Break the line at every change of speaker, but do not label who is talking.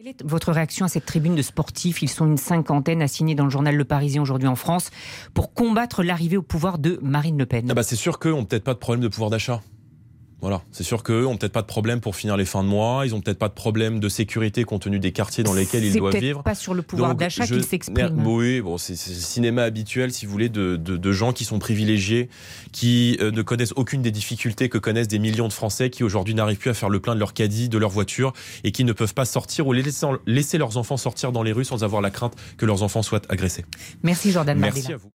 Quelle est votre réaction à cette tribune de sportifs Ils sont une cinquantaine assignés dans le journal Le Parisien aujourd'hui en France pour combattre l'arrivée au pouvoir de Marine Le Pen.
Ah bah c'est sûr qu'eux n'ont peut-être pas de problème de pouvoir d'achat. Voilà, c'est sûr qu'eux ont peut-être pas de problème pour finir les fins de mois, ils ont peut-être pas de problème de sécurité compte tenu des quartiers dans lesquels ils
C'est
doivent
peut-être
vivre.
pas sur le pouvoir
Donc,
d'achat
je-
qu'ils s'expriment.
Oui, bon, c'est c'est le cinéma habituel, si vous voulez, de, de- de gens qui sont privilégiés, qui euh, ne connaissent aucune des difficultés que connaissent des millions de Français qui aujourd'hui n'arrivent plus à faire le plein de leur caddie, de leur voiture et qui ne peuvent pas sortir ou laisser, laisser leurs enfants sortir dans les rues sans avoir la crainte que leurs enfants soient agressés.
Merci Jordan Bardella.
Merci à vous.